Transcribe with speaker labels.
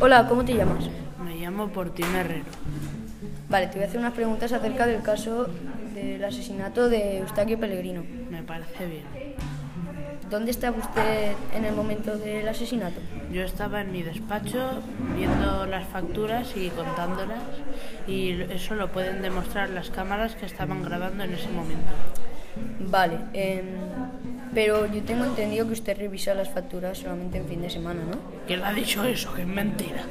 Speaker 1: Hola, ¿cómo te llamas?
Speaker 2: Me llamo Portín Herrero.
Speaker 1: Vale, te voy a hacer unas preguntas acerca del caso del asesinato de Eustaquio Pellegrino.
Speaker 2: Me parece bien.
Speaker 1: ¿Dónde estaba usted en el momento del asesinato?
Speaker 2: Yo estaba en mi despacho viendo las facturas y contándolas y eso lo pueden demostrar las cámaras que estaban grabando en ese momento.
Speaker 1: Vale, em, pero yo tengo entendido que usted revisa las facturas solamente en fin de semana, ¿no?
Speaker 2: ¿Quién le ha dicho eso? Que es mentira.